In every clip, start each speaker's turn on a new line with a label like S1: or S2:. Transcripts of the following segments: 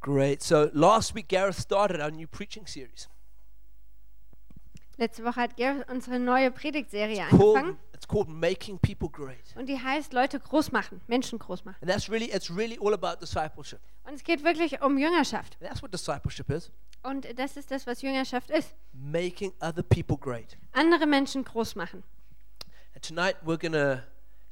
S1: Great. So last week, Gareth started our new preaching series
S2: Letzte Woche hat Gareth unsere neue Predigtserie
S1: called,
S2: angefangen
S1: it's called Making People Great.
S2: und die heißt Leute groß machen, Menschen groß machen.
S1: And that's really, it's really all about discipleship.
S2: Und es geht wirklich um Jüngerschaft
S1: And that's what discipleship is
S2: und das ist das, was Jüngerschaft ist.
S1: making other people great.
S2: Andere Menschen groß machen.
S1: And tonight, we're going to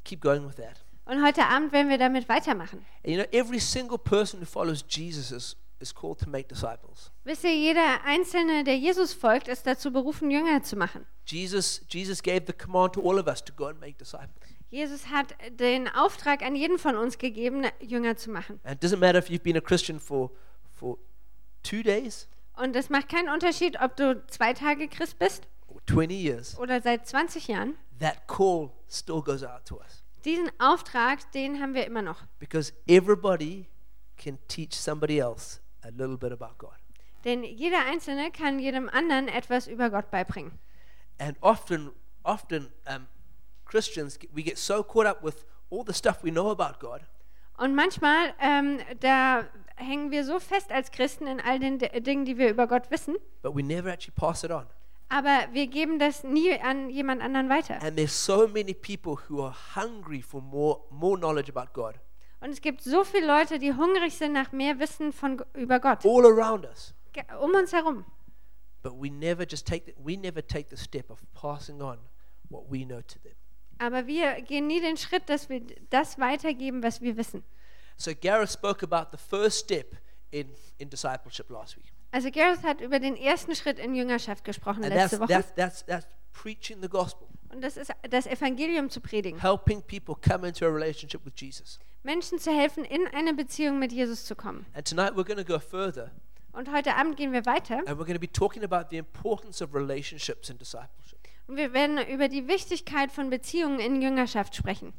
S1: keep going with that.
S2: Und heute Abend werden wir damit weitermachen.
S1: And you know, every single person who follows Jesus is, is called to make disciples.
S2: Wisst ihr, jeder einzelne, der Jesus folgt, ist dazu berufen, Jünger zu machen.
S1: Jesus, Jesus gave the command to all of us to go and make disciples.
S2: Jesus hat den Auftrag an jeden von uns gegeben, Jünger zu machen.
S1: And it doesn't matter if you've been a Christian for, for two days
S2: Und es macht keinen Unterschied, ob du zwei Tage Christ bist
S1: or 20 years,
S2: oder seit 20 Jahren.
S1: that call still goes out to us.
S2: Diesen Auftrag, den haben wir immer noch.
S1: Because everybody can teach somebody else a little bit about God.
S2: Denn jeder Einzelne kann jedem anderen etwas über Gott beibringen.
S1: And often, often um, Christians, get- we get so caught up with all the stuff we know about God
S2: Und manchmal, ähm, da hängen wir so fest als Christen in all den D Dingen, die wir über Gott wissen,
S1: but we never actually pass it on.
S2: aber wir geben das nie an jemand anderen weiter.
S1: And there's so many people who are hungry for more, more knowledge about God
S2: Und es gibt so viele Leute, die hungrig sind nach mehr Wissen von, G- über Gott,
S1: all around us.
S2: Ge- um uns herum.
S1: But we never just take the, we never take the step of passing on what we know to them.
S2: Aber wir gehen nie den Schritt, dass wir d- das weitergeben, was wir wissen.
S1: So Gareth spoke about the first step in, in discipleship last week.
S2: Also Gareth hat über den ersten Schritt in Jüngerschaft gesprochen
S1: And that's,
S2: letzte Woche.
S1: that's, that's, that's preaching the gospel,
S2: Und das ist das Evangelium zu predigen.
S1: helping people come into a relationship with Jesus.
S2: Menschen zu helfen, in eine Beziehung mit Jesus zu kommen.
S1: And tonight we're going to go further
S2: Und heute Abend gehen wir weiter
S1: and we're going to be talking about the importance of relationships in discipleship.
S2: und wir werden über die Wichtigkeit von Beziehungen in Jüngerschaft sprechen.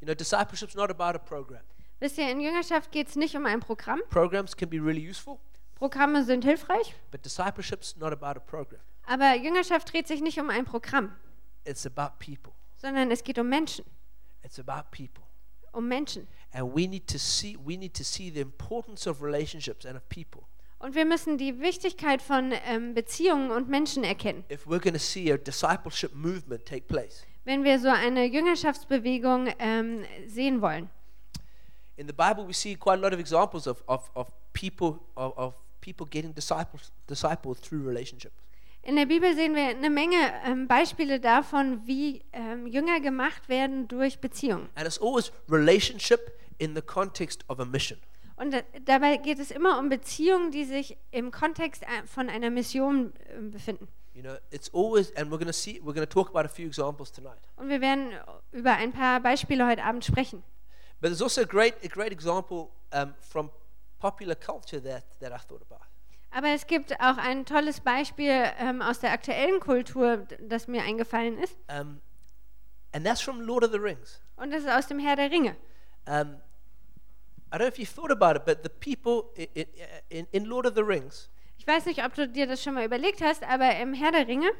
S1: You know, discipleship's not about a program.
S2: Wisst ihr, in Jüngerschaft geht es nicht um ein Programm.
S1: Programs can be really useful,
S2: Programme sind hilfreich,
S1: but discipleship's not about a program.
S2: aber Jüngerschaft dreht sich nicht um ein Programm,
S1: It's about people.
S2: sondern es geht um Menschen,
S1: It's about people.
S2: um Menschen.
S1: And we need to see we need to see the importance of relationships and of people
S2: Und wir müssen die Wichtigkeit von ähm, Beziehungen und Menschen erkennen,
S1: if we're going to see a discipleship movement take place.
S2: wenn wir so eine Jüngerschaftsbewegung ähm, sehen wollen.
S1: In the Bible we see quite a lot of examples of, of, of people of, of people getting disciples discipled through relationships.
S2: In der Bibel sehen wir eine Menge ähm, Beispiele davon, wie ähm, Jünger gemacht werden durch Beziehungen.
S1: And it's always relationship in the context of a mission.
S2: Und da, dabei geht es immer um Beziehungen, die sich im Kontext ein- von einer Mission äh, befinden.
S1: You know, it's always and we're going to see we're going to talk about a few examples tonight.
S2: Und wir werden über ein paar Beispiele heute Abend sprechen.
S1: But there's also a great a great example um, from popular culture that that I thought about.
S2: Aber es gibt auch ein tolles Beispiel ähm, aus der aktuellen Kultur, d- das mir eingefallen ist.
S1: Um, and that's from Lord of the Rings.
S2: Und das ist aus dem Herr der Ringe.
S1: Um, I don't know if you thought about it, but the people in, in, in Lord of the Rings,
S2: Ich weiß nicht, ob du dir das schon mal überlegt hast, aber im Herr der Ringe,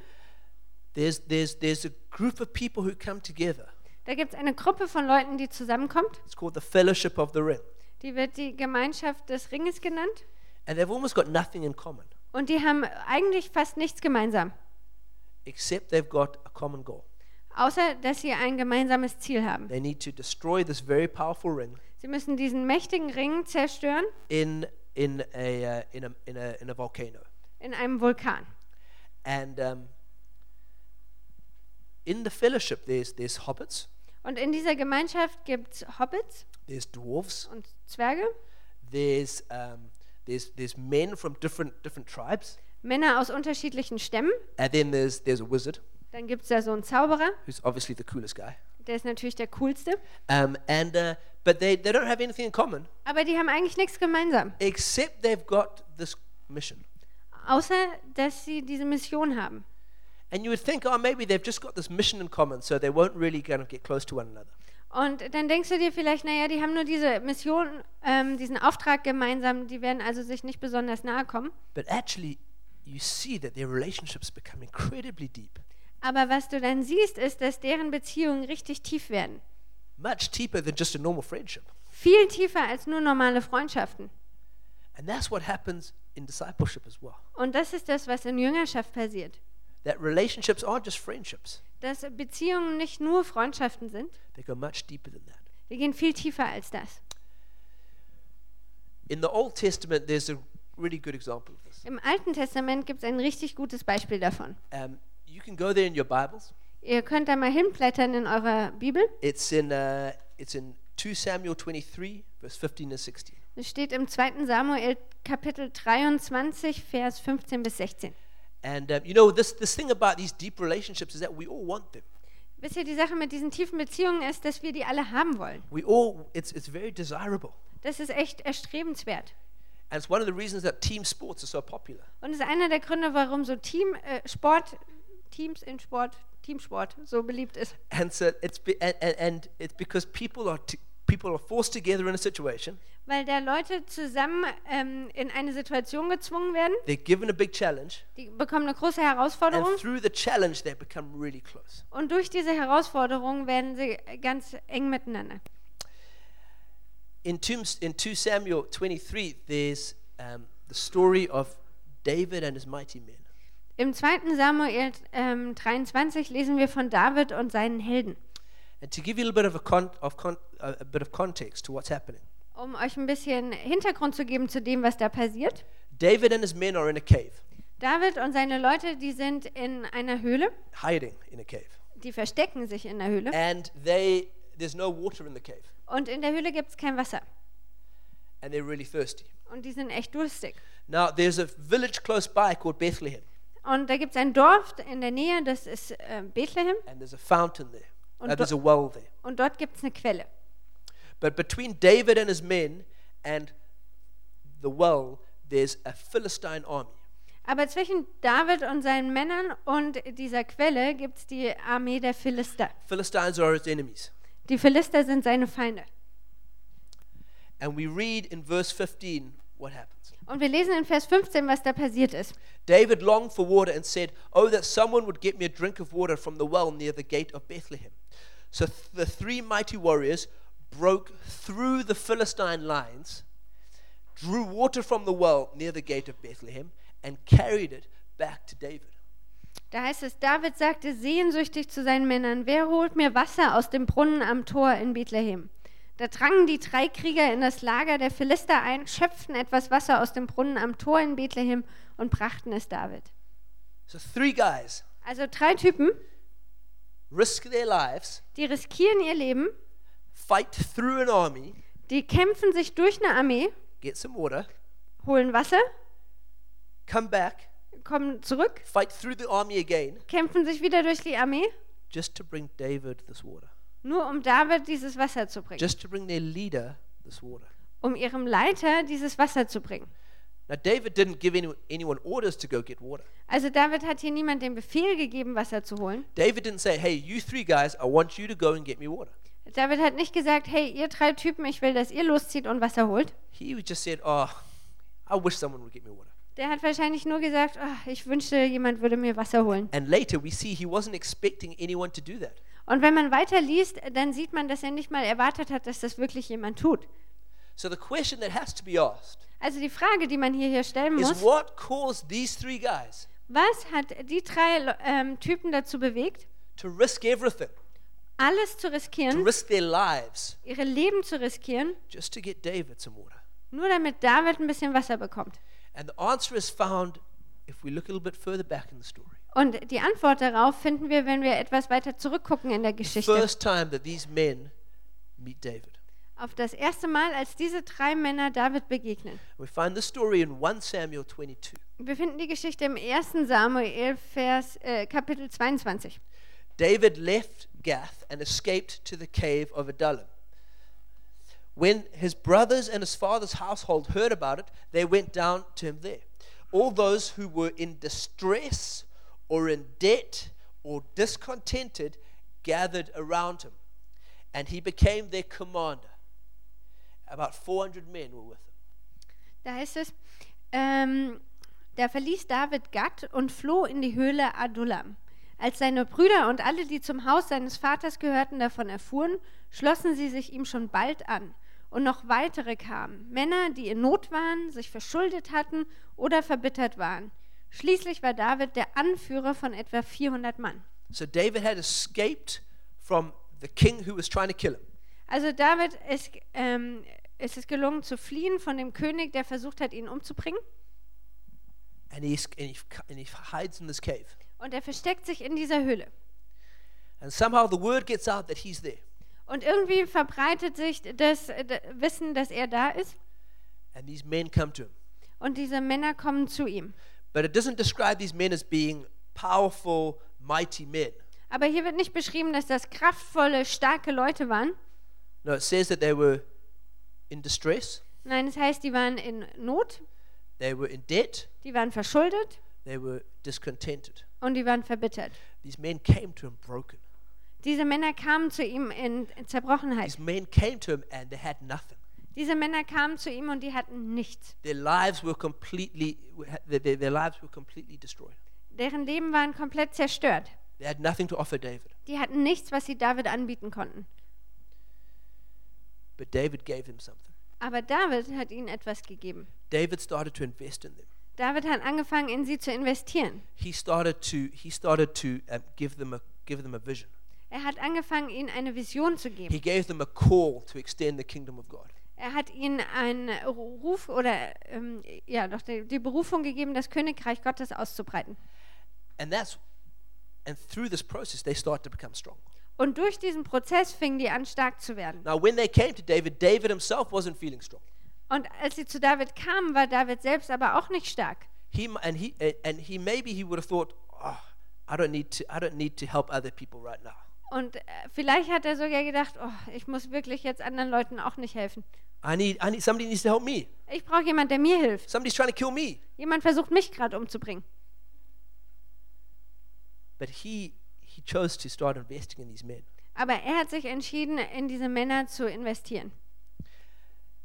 S1: there's, there's, there's a group of people who come together.
S2: da gibt es eine Gruppe von Leuten, die zusammenkommt.
S1: It's called the Fellowship of the Ring.
S2: Die wird die Gemeinschaft des Ringes genannt.
S1: And they've almost got nothing in common,
S2: Und die haben eigentlich fast nichts gemeinsam,
S1: except they've got a common goal.
S2: außer dass sie ein gemeinsames Ziel haben.
S1: They need to destroy this very powerful ring
S2: Sie müssen diesen mächtigen Ring zerstören
S1: in, in, a, uh, in, a, in, a, in a volcano.
S2: in einem Vulkan.
S1: And um, in the Fellowship, there's, there's hobbits,
S2: Und in dieser Gemeinschaft gibt es Hobbits
S1: there's dwarves,
S2: und Zwerge,
S1: there's, um, there's, there's men from different, different tribes.
S2: Männer aus unterschiedlichen Stämmen.
S1: And then there's there's a wizard
S2: Dann gibt es da so einen Zauberer,
S1: who's obviously the coolest guy.
S2: der ist natürlich der coolste.
S1: Um, and uh, but they, they don't have anything in common
S2: Aber die haben eigentlich nichts gemeinsam,
S1: except they've got this mission.
S2: außer dass sie diese Mission haben.
S1: And you would think, oh, maybe they've just got this mission in common, so they won't really kind of get close to one another.
S2: Und dann denkst du dir vielleicht, naja, die haben nur diese Mission, ähm, diesen Auftrag gemeinsam, die werden also sich nicht besonders nahe kommen.
S1: But actually, you see that their relationships become incredibly deep,
S2: Aber was du dann siehst, ist, dass deren Beziehungen richtig tief werden.
S1: much deeper than just a normal friendship.
S2: Viel tiefer als nur normale Freundschaften.
S1: And that's what happens in discipleship as well.
S2: Und das ist das, was in Jüngerschaft passiert.
S1: That relationships aren't just friendships,
S2: Dass Beziehungen nicht nur Freundschaften sind,
S1: they go much deeper than that.
S2: die gehen viel tiefer als das.
S1: In the Old Testament, there's a really good example of this.
S2: Im Alten Testament gibt es ein richtig gutes Beispiel davon.
S1: Um, you can go there in your Bibles.
S2: Ihr könnt da mal hinblättern in eurer Bibel.
S1: It's in, uh, it's in 2 Samuel 23, verse 15 and 16.
S2: Es steht im 2. Samuel Kapitel 23, Vers 15 bis 16.
S1: And um, you know, this, this thing about these deep relationships is that we all want them.
S2: Wisst ihr, die Sache mit diesen tiefen Beziehungen ist, dass wir die alle haben wollen.
S1: We all, it's, it's very desirable.
S2: Das ist echt erstrebenswert.
S1: And it's one of the reasons that team sports are so popular.
S2: Und ist einer der Gründe, warum so Team, äh, Sport, Teams in Sport, Teamsport so beliebt ist.
S1: And so it's, be, and, and, and it's because people are, t- people are forced together in a situation,
S2: Weil da Leute zusammen ähm, in eine Situation gezwungen werden,
S1: they're given a big challenge,
S2: die bekommen eine große
S1: and
S2: Herausforderung
S1: through the challenge, they become really close.
S2: und durch diese Herausforderung werden sie ganz eng miteinander.
S1: In 2, in 2 Samuel 23, there's um, the story of David and his mighty men.
S2: Im 2. Samuel ähm, 23 lesen wir von David und seinen Helden.
S1: And to give you a little bit of a, con- of con- a a bit of context to what's happening,
S2: Um euch ein bisschen Hintergrund zu geben zu dem, was da passiert.
S1: David and his men are in a cave,
S2: David und seine Leute, die sind in einer Höhle,
S1: hiding in a cave,
S2: die verstecken sich in der Höhle.
S1: and they there's no water in the cave,
S2: Und in der Höhle gibt es kein Wasser.
S1: and they're really thirsty.
S2: Und die sind echt durstig.
S1: Now there's a village close by called Bethlehem,
S2: Und da gibt es ein Dorf in der Nähe, das ist äh, Bethlehem.
S1: and there's a fountain there,
S2: Und
S1: uh,
S2: do-
S1: there's a well there.
S2: Und dort gibt es eine Quelle.
S1: But between David and his men and the well, there's a Philistine army,
S2: Aber zwischen David und seinen Männern und dieser Quelle gibt es die Armee der Philister.
S1: Philistines are his enemies.
S2: Die Philister sind seine Feinde.
S1: And we read in verse 15 what happens.
S2: Und wir lesen in Vers 15, was da passiert ist.
S1: David longed for water and said, Oh, that someone would get me a drink of water from the well near the gate of Bethlehem. So th- the three mighty warriors broke through the Philistine lines, drew water from the well near the gate of Bethlehem, and carried it back to David.
S2: Da heißt es, David sagte sehnsüchtig zu seinen Männern, wer holt mir Wasser aus dem Brunnen am Tor in Bethlehem? Da drangen die drei Krieger in das Lager der Philister ein, schöpften etwas Wasser aus dem Brunnen am Tor in Bethlehem und brachten es David.
S1: So three guys
S2: Also drei Typen,
S1: risk their lives,
S2: die riskieren ihr Leben,
S1: fight through an army,
S2: die kämpfen sich durch eine Armee,
S1: get some water,
S2: holen Wasser,
S1: come back,
S2: kommen zurück,
S1: fight through the army again,
S2: kämpfen sich wieder durch die Armee,
S1: just to bring David this water,
S2: nur um David dieses Wasser zu bringen,
S1: just to bring their leader this water.
S2: um ihrem Leiter dieses Wasser zu bringen.
S1: Now, David didn't give any, anyone orders to go get water.
S2: Also David hat hier niemand den Befehl gegeben, Wasser zu holen.
S1: David didn't say, hey, you three guys, I want you to go and get me water.
S2: David hat halt nicht gesagt, hey, ihr drei Typen, ich will, dass ihr loszieht und Wasser holt.
S1: He just said, oh, I wish someone would get me water.
S2: Der hat wahrscheinlich nur gesagt, "Ah, ich wünschte, jemand würde mir Wasser holen.
S1: And later we see he wasn't expecting anyone to do that.
S2: Und wenn man weiterliest, dann sieht man, dass er nicht mal erwartet hat, dass das wirklich jemand tut.
S1: So the question that has to be asked
S2: Also die Frage, die man hier, hier stellen
S1: is
S2: muss,
S1: what caused these three guys
S2: was hat die drei Le- ähm, Typen dazu bewegt,
S1: to risk everything,
S2: alles zu
S1: to
S2: riskieren,
S1: risk their lives,
S2: ihre Leben zu riskieren,
S1: just to get David some water?
S2: nur damit David ein bisschen Wasser bekommt?
S1: And the answer is found if we look a little bit further back in the story.
S2: Und die Antwort darauf finden wir, wenn wir etwas weiter zurückgucken in der Geschichte.
S1: First time that these men meet David.
S2: Auf das erste Mal, als diese drei Männer David begegnen.
S1: We find this story in 1 Samuel 22.
S2: Wir finden die Geschichte im 1. Samuel, Vers, äh, Kapitel 22.
S1: David left Gath and escaped to the cave of Adullam. When his brothers and his father's household heard about it, they went down to him there. All those who were in distress or in debt or discontented gathered around him, and he became their commander. About 400 men were with him.
S2: Da heißt es, ähm, da verließ David Gad und floh in die Höhle Adullam. Als seine Brüder und alle, die zum Haus seines Vaters gehörten, davon erfuhren, schlossen sie sich ihm schon bald an. und noch weitere kamen, Männer, die in Not waren, sich verschuldet hatten oder verbittert waren. Schließlich war David der Anführer von etwa 400 Mann.
S1: So David had escaped from the king who was trying to kill him.
S2: Also David ist, ähm, ist es gelungen zu fliehen von dem König, der versucht hat, ihn umzubringen.
S1: And he, and, he, and he hides in this cave.
S2: Und er versteckt sich in dieser Höhle.
S1: And somehow the word gets out that he's there.
S2: Und irgendwie verbreitet sich das äh, d- Wissen, dass er da ist.
S1: And these men come to him.
S2: Und diese Männer kommen zu ihm.
S1: But it doesn't describe these men as being powerful, mighty men.
S2: Aber hier wird nicht beschrieben, dass das kraftvolle, starke Leute waren.
S1: No, it says that they were in distress,
S2: Nein, es heißt, die waren in Not,
S1: they were in debt,
S2: die waren verschuldet
S1: they were discontented.
S2: und die waren verbittert.
S1: These men came to him broken.
S2: Diese Männer kamen zu ihm in Zerbrochenheit.
S1: These men came to him and they had nothing.
S2: Diese Männer kamen zu ihm und die hatten nichts.
S1: Their lives were completely their, their, their lives were completely destroyed.
S2: Deren Leben waren komplett zerstört.
S1: They had nothing to offer David.
S2: Die hatten nichts, was sie David anbieten konnten.
S1: But David gave them something.
S2: Aber David hat ihnen etwas gegeben.
S1: David started to invest in them.
S2: David hat angefangen, in sie zu investieren.
S1: He started to he started to um, give them a give them a vision.
S2: Er hat angefangen, ihnen eine Vision zu geben.
S1: He gave them a call to extend the kingdom of God.
S2: Er hat ihnen einen Ruf oder ähm, ja, doch die, die Berufung gegeben, das Königreich Gottes auszubreiten.
S1: And that's and through this process they start to become strong.
S2: Und durch diesen Prozess fingen die an, stark zu werden.
S1: Now when they came to David, David himself wasn't feeling strong.
S2: Und als sie zu David kamen, war David selbst aber auch nicht stark.
S1: He m- and he a- and he maybe he would have thought, oh, I don't need to I don't need to help other people right now.
S2: Und äh, vielleicht hat er sogar gedacht, oh, ich muss wirklich jetzt anderen Leuten auch nicht helfen.
S1: I need I need somebody needs to help me.
S2: Ich brauche jemanden, der mir hilft.
S1: Somebody's trying to kill me.
S2: Jemand versucht mich gerade umzubringen.
S1: But he he chose to start investing in these men.
S2: Aber er hat sich entschieden, in diese Männer zu investieren.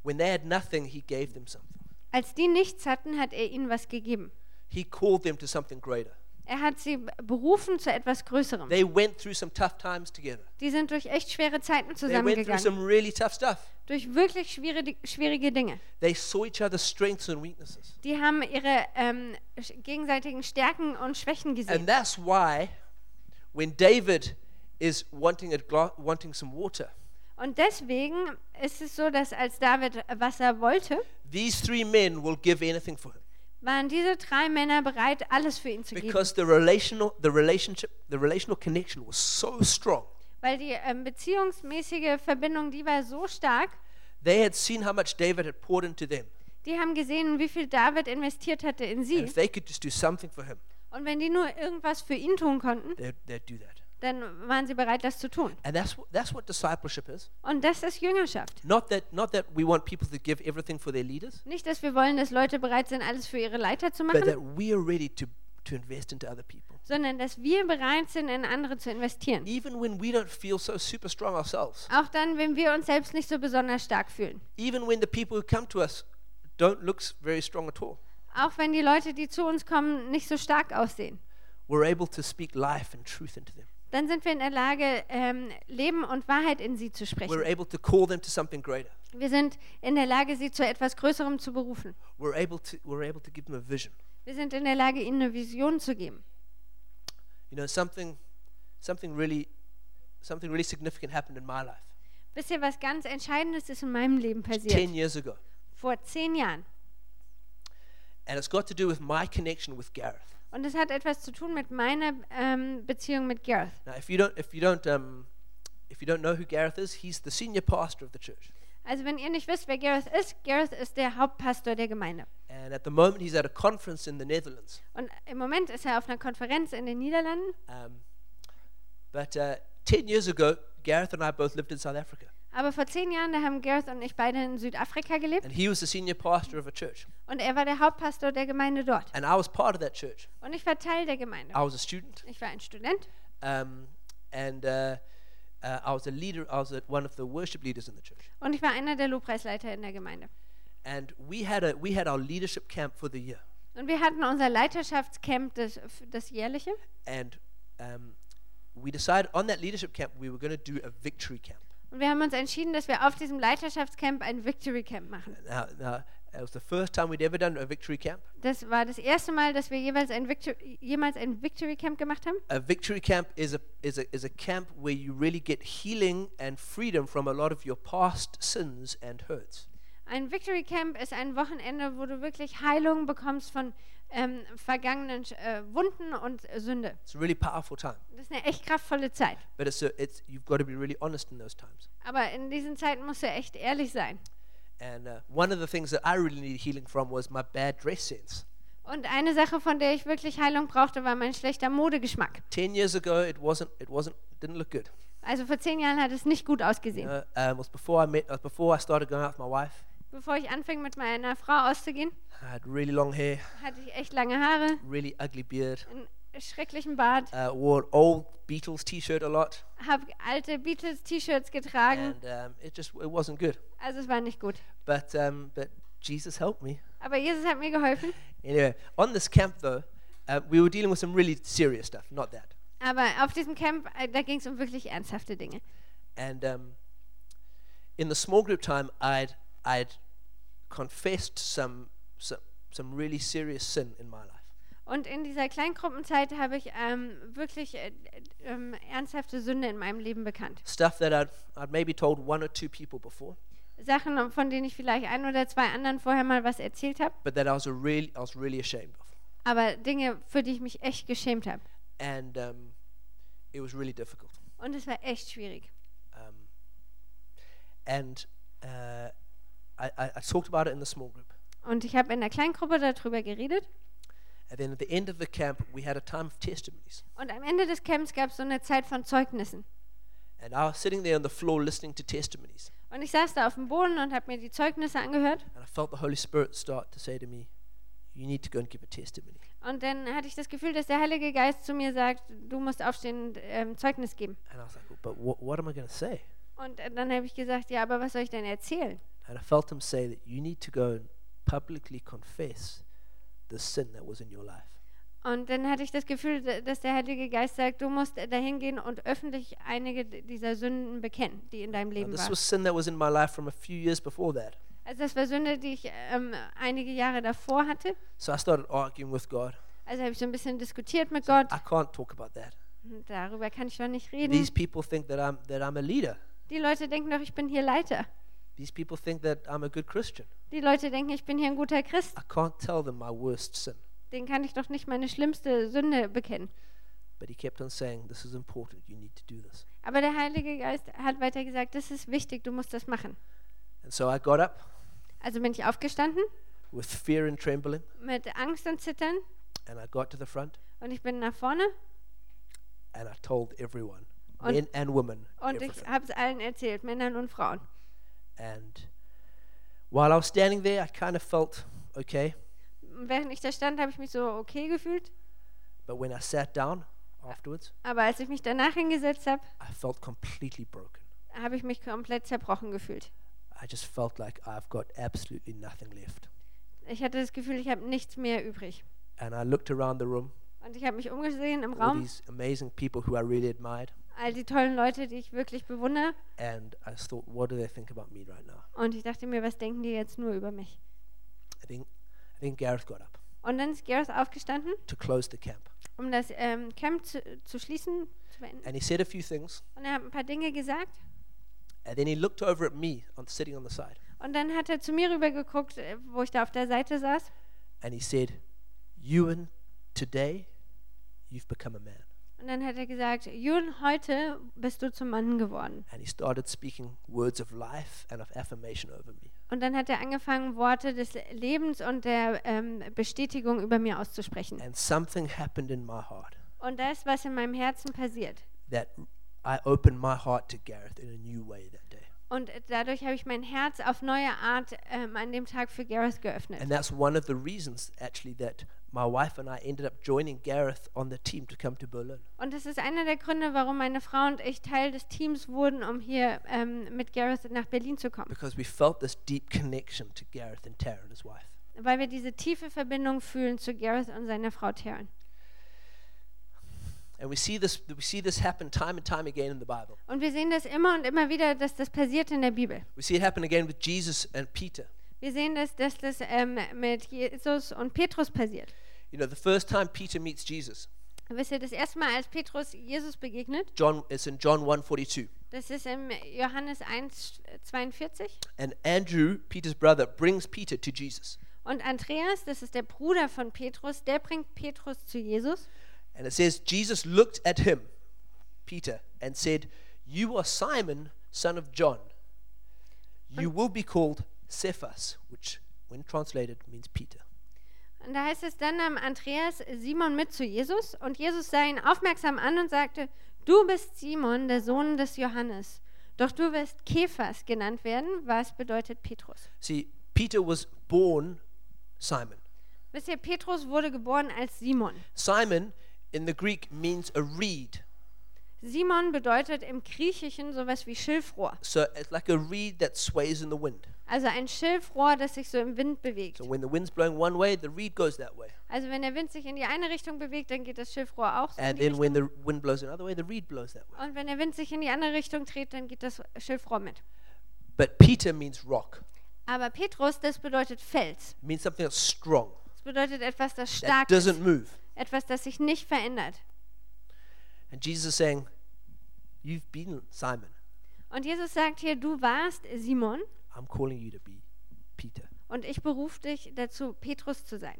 S1: When they had nothing, he gave them something.
S2: Als die nichts hatten, hat er ihnen was gegeben.
S1: He called them to something greater.
S2: Er hat sie berufen zu etwas Größerem.
S1: They went through some tough times together.
S2: Die sind durch echt schwere Zeiten
S1: They went through
S2: zusammengegangen.
S1: some really tough stuff.
S2: Durch wirklich schwierige, schwierige Dinge.
S1: They saw each other's strengths and weaknesses.
S2: Die haben ihre ähm, sch- gegenseitigen Stärken und Schwächen
S1: And
S2: gesehen.
S1: that's why when David is wanting, a gla- wanting some water,
S2: Und deswegen ist es so, dass als David Wasser wollte,
S1: these three men will give anything for him
S2: waren diese drei Männer bereit, alles für ihn zu geben.
S1: because the relational, the relationship, the relational connection was so strong.
S2: Weil die ähm, beziehungsmäßige Verbindung, die war so stark,
S1: They had seen how much David had poured into them,
S2: die haben gesehen, wie viel David investiert hatte in
S1: and
S2: sie.
S1: if they could just do something for him,
S2: Und wenn die nur irgendwas für ihn tun konnten,
S1: they'd, they'd do that.
S2: dann waren sie bereit, das zu tun.
S1: And that's what, that's what discipleship is.
S2: Und das ist Jüngerschaft.
S1: Not that, not that we want people to give everything for their leaders,
S2: Nicht, dass wir wollen, dass Leute bereit sind, alles für ihre Leiter zu
S1: but
S2: machen,
S1: that we are ready to, to invest into other people.
S2: sondern dass wir bereit sind, in andere zu investieren.
S1: Even when we don't feel so super strong ourselves,
S2: Auch dann, wenn wir uns selbst nicht so besonders stark fühlen.
S1: even when the people who come to us don't look s- very strong at all,
S2: Auch wenn die Leute, die zu uns kommen, nicht so stark aussehen.
S1: we're able to speak life and truth into them.
S2: Dann sind wir in der Lage, ähm, Leben und Wahrheit in sie zu
S1: We're
S2: sprechen.
S1: able to call them to something greater.
S2: Wir sind in der Lage, sie zu etwas Größerem zu berufen.
S1: We're able to, we're able to give them a vision.
S2: Wir sind in der Lage, ihnen eine Vision zu geben.
S1: You know, something, something, really, something really significant happened in my life
S2: Wisst ihr, was ganz Entscheidendes ist in meinem Leben passiert?
S1: 10 years ago.
S2: Vor zehn Jahren.
S1: And it's got to do with my connection with Gareth.
S2: Und es hat etwas zu tun mit meiner ähm, Beziehung mit Gareth.
S1: Now, if you don't, if you don't, um, if you don't know who Gareth is, he's the senior pastor of the church,
S2: Also wenn ihr nicht wisst, wer Gareth ist, Gareth ist der Hauptpastor der Gemeinde.
S1: and at the moment he's at a conference in the Netherlands.
S2: Und im Moment ist er auf einer Konferenz in den Niederlanden.
S1: Um, but uh, ten years ago, Gareth and I both lived in South Africa,
S2: Aber vor zehn Jahren, da haben Gareth und ich beide in Südafrika gelebt.
S1: and he was the senior pastor of a church,
S2: Und er war der Hauptpastor der Gemeinde dort.
S1: and I was part of that church.
S2: Und ich war Teil der Gemeinde.
S1: I was a student,
S2: Ich war ein Student
S1: um, and uh, uh, I was a leader. I was a, one of the worship leaders in the church,
S2: und ich war einer der Lobpreisleiter in der Gemeinde.
S1: and we had a we had our leadership camp for the year,
S2: Und wir hatten unser Leiterschaftscamp, das, das jährliche.
S1: and um, we decided on that leadership camp we were going to do a victory camp.
S2: Und wir haben uns entschieden, dass wir auf diesem Leiterschaftscamp ein Victory Camp machen.
S1: Now, now, it was the first time we'd ever done a victory camp.
S2: Das war das erste Mal, dass wir jeweils ein Victory, jemals ein Victory Camp gemacht haben.
S1: A victory camp is a, is, a, is a camp where you really get healing and freedom from a lot of your past sins and hurts.
S2: Ein Victory Camp ist ein Wochenende, wo du wirklich Heilung bekommst von ähm, vergangenen äh, Wunden und Sünde.
S1: It's a really powerful time.
S2: Das ist eine echt kraftvolle Zeit.
S1: But it's, a, it's you've got to be really honest in those times.
S2: Aber in diesen Zeiten musst du echt ehrlich sein.
S1: And uh, one of the things that I really needed healing from was my bad dress sense.
S2: Und eine Sache, von der ich wirklich Heilung brauchte, war mein schlechter Modegeschmack.
S1: Ten years ago, it wasn't, it wasn't, didn't look good.
S2: Also vor zehn Jahren hat es nicht gut
S1: You
S2: ausgesehen.
S1: know, um, it was before I met, it was before I started going out with my wife.
S2: Bevor ich anfing, mit meiner Frau auszugehen,
S1: I had really long hair,
S2: hatte ich echt lange Haare,
S1: really ugly beard.
S2: einen schrecklichen Bart,
S1: Uh, wore an old Beatles T-shirt a lot,
S2: habe alte Beatles-T-Shirts getragen.
S1: and um, it just it wasn't good.
S2: Also es war nicht gut.
S1: But um, but Jesus helped me.
S2: Aber Jesus hat mir geholfen.
S1: Anyway, on this camp though, uh, we were dealing with some really serious stuff, not that.
S2: Aber auf diesem Camp, äh, da ging es um wirklich ernsthafte Dinge.
S1: And um, in the small group time, I'd I'd confessed some some some really serious sin in my life.
S2: Und in dieser Kleingruppenzeit habe ich ähm, wirklich äh, äh, ähm, ernsthafte Sünde in meinem Leben bekannt.
S1: Stuff that I'd I'd maybe told one or two people before,
S2: Sachen, um, von denen ich vielleicht ein oder zwei anderen vorher mal was erzählt habe,
S1: but that I was a really I was really ashamed of,
S2: aber Dinge, für die ich mich echt geschämt habe.
S1: and um, it was really difficult.
S2: Und es war echt schwierig.
S1: Um, and uh, I, I, I talked about it in the small group.
S2: Und ich habe in der Kleingruppe darüber geredet.
S1: And then at the end of the camp, we had a time of testimonies.
S2: Und am Ende des Camps gab es so eine Zeit von Zeugnissen.
S1: And I was sitting there on the floor listening to testimonies.
S2: Und ich saß da auf dem Boden und habe mir die Zeugnisse angehört.
S1: And I felt the Holy Spirit start to say to me, You need to go and give a testimony.
S2: Und dann hatte ich das Gefühl, dass der Heilige Geist zu mir sagt, du musst aufstehen und ähm, Zeugnis geben.
S1: And I was like, "Well, But what, what am I going to say?
S2: Und äh, dann habe ich gesagt, ja, aber was soll ich denn erzählen?
S1: And I felt him say that you need to go and publicly confess the sin that was in your life.
S2: Und dann hatte ich das Gefühl, d- dass der Heilige Geist sagt, du musst äh, dahin gehen und öffentlich einige d- dieser Sünden bekennen, die in deinem
S1: Now,
S2: Leben
S1: this
S2: waren.
S1: was sin that was in my life from a few years before that.
S2: Also das war Sünde, die ich ähm, einige Jahre davor hatte.
S1: So I started arguing with God.
S2: Also habe ich so ein bisschen diskutiert mit Gott. Hm,
S1: I can't talk about that.
S2: Darüber kann ich doch nicht reden.
S1: These people think that I'm, that I'm a leader.
S2: Die Leute denken doch, ich bin hier Leiter.
S1: These people think that I'm a good Christian.
S2: Die Leute denken, ich bin hier ein guter Christ.
S1: I can't tell them my worst sin.
S2: Den kann ich doch nicht meine schlimmste Sünde bekennen.
S1: But he kept on saying, This is important. You need to do this.
S2: Aber der Heilige Geist hat weiter gesagt, das ist wichtig, du musst das machen.
S1: And so I got up
S2: Also bin ich aufgestanden
S1: with fear and trembling,
S2: mit Angst und Zittern
S1: and I got to the front,
S2: und ich bin nach vorne
S1: and I told everyone,
S2: Und-
S1: men and women,
S2: und ich
S1: everything.
S2: habe es allen erzählt, Männern und Frauen.
S1: And while I was standing there, I kind of felt okay.
S2: Und Während ich da stand, habe ich mich so okay gefühlt,
S1: But when I sat down afterwards,
S2: aber als ich mich danach hingesetzt habe,
S1: I felt completely broken.
S2: habe ich mich komplett zerbrochen gefühlt.
S1: I just felt like I've got absolutely nothing left.
S2: Ich hatte das Gefühl, ich habe nichts mehr übrig.
S1: And I looked around the room,
S2: Und ich habe mich umgesehen im
S1: all
S2: Raum,
S1: these amazing people who I really admired,
S2: all die tollen Leute, die ich wirklich bewundere.
S1: and I just thought, what do they think about me right now?
S2: Und ich dachte mir, was denken die jetzt nur über mich?
S1: I think, I think Gareth got up
S2: Und dann ist Gareth aufgestanden,
S1: to close the camp.
S2: um das ähm, Camp zu, zu schließen, zu beenden.
S1: And he said a few things,
S2: Und er hat ein paar Dinge gesagt.
S1: and then he looked over at me on sitting on the side,
S2: Und dann hat er zu mir rübergeguckt, äh, wo ich da auf der Seite saß.
S1: and he said, Ewan, today you've become a man.
S2: Und dann hat er gesagt, Jun, heute bist du zum Mann geworden.
S1: And he started speaking words of life and of affirmation over me.
S2: Und dann hat er angefangen, Worte des Lebens und der ähm, Bestätigung über mir auszusprechen.
S1: And something happened in my heart
S2: Und da ist was in meinem Herzen passiert.
S1: that I opened my heart to Gareth in a new way that day.
S2: Und äh, dadurch habe ich mein Herz auf neue Art ähm, an dem Tag für Gareth geöffnet.
S1: And that's one of the reasons, actually, that my wife and I ended up joining Gareth on the team to come to Berlin.
S2: Und das ist einer der Gründe, warum meine Frau und ich Teil des Teams wurden, um hier ähm, mit Gareth nach Berlin zu kommen.
S1: Because we felt this deep connection to Gareth and Tara and his wife.
S2: Weil wir diese tiefe Verbindung fühlen zu Gareth und seiner Frau Taryn.
S1: And we see this we see this happen time and time again in the Bible.
S2: Und wir sehen das immer und immer wieder, dass das passiert in der Bibel.
S1: We see it happen again with Jesus and Peter.
S2: Wir sehen das, dass das ähm, mit Jesus und Petrus passiert.
S1: You know, the first time Peter meets Jesus,
S2: Wisst ihr, das erste Mal, als Petrus Jesus begegnet,
S1: John it's in John 1:42.
S2: das ist im Johannes 1, 42.
S1: And Andrew, Peter's brother, brings Peter to Jesus.
S2: Und Andreas, das ist der Bruder von Petrus, der bringt Petrus zu Jesus.
S1: And it says Jesus looked at him, Peter, and said, "You are Simon, son of John. You will be called Cephas," which when translated means Peter.
S2: Und da heißt es, dann nahm Andreas Simon mit zu Jesus und Jesus sah ihn aufmerksam an und sagte, du bist Simon, der Sohn des Johannes, doch du wirst Kephas genannt werden, was bedeutet Petrus.
S1: See, Peter was born Simon.
S2: Wisst ihr, Petrus wurde geboren als Simon.
S1: Simon in the Greek means a reed.
S2: Simon bedeutet im Griechischen sowas wie Schilfrohr,
S1: So it's like a reed that sways in the wind.
S2: also ein Schilfrohr, das sich so im Wind bewegt.
S1: So when the wind's blowing one way, the reed goes that way.
S2: Also wenn der Wind sich in die eine Richtung bewegt, dann geht das Schilfrohr auch so in
S1: And
S2: die
S1: then when
S2: Richtung.
S1: the wind blows another way, the reed blows that way.
S2: Und wenn der Wind sich in die andere Richtung dreht, dann geht das Schilfrohr mit.
S1: But Peter means rock.
S2: Aber Petrus, das bedeutet Fels.
S1: It means something that's strong,
S2: Das bedeutet etwas, das
S1: that
S2: stark ist.
S1: doesn't move.
S2: etwas, das sich nicht verändert.
S1: And Jesus is saying, You've been Simon.
S2: Und Jesus sagt hier, du warst Simon
S1: I'm calling you to be Peter.
S2: und ich beruf dich dazu, Petrus zu sein.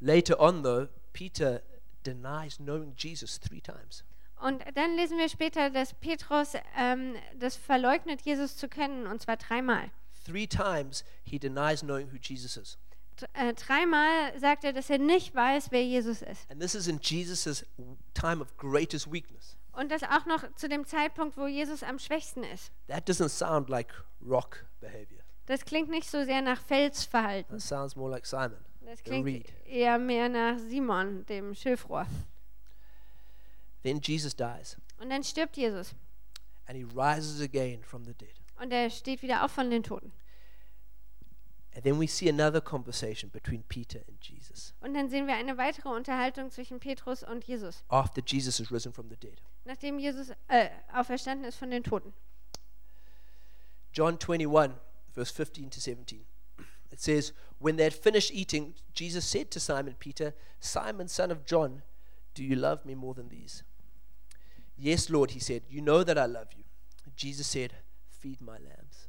S1: Later on, though, Peter denies knowing Jesus three times.
S2: Und dann lesen wir später, dass Petrus ähm, das verleugnet, Jesus zu kennen, und zwar dreimal.
S1: Three times he denies knowing who Jesus is.
S2: D äh, dreimal sagt er, dass er nicht weiß, wer Jesus ist.
S1: And this is in Jesus' time of greatest weakness.
S2: Und das auch noch zu dem Zeitpunkt, wo Jesus am schwächsten ist.
S1: That doesn't sound like rock behavior.
S2: Das klingt nicht so sehr nach Felsverhalten.
S1: That sounds more like Simon.
S2: Das
S1: the Äh, reed.
S2: klingt eher mehr nach Simon, dem Schilfrohr.
S1: Then Jesus dies
S2: Und dann stirbt Jesus.
S1: and he rises again from the dead.
S2: Und er steht wieder auf von den Toten.
S1: And then we see another conversation between Peter and Jesus
S2: Und dann sehen wir eine weitere Unterhaltung zwischen Petrus und Jesus,
S1: after Jesus is risen from the dead.
S2: nachdem Jesus äh, auferstanden ist von den Toten.
S1: John 21, verse 15 to 17. It says, When they had finished eating, Jesus said to Simon Peter, Simon, son of John, do you love me more than these? Yes, Lord, he said, You know that I love you. Jesus said, Feed my lambs.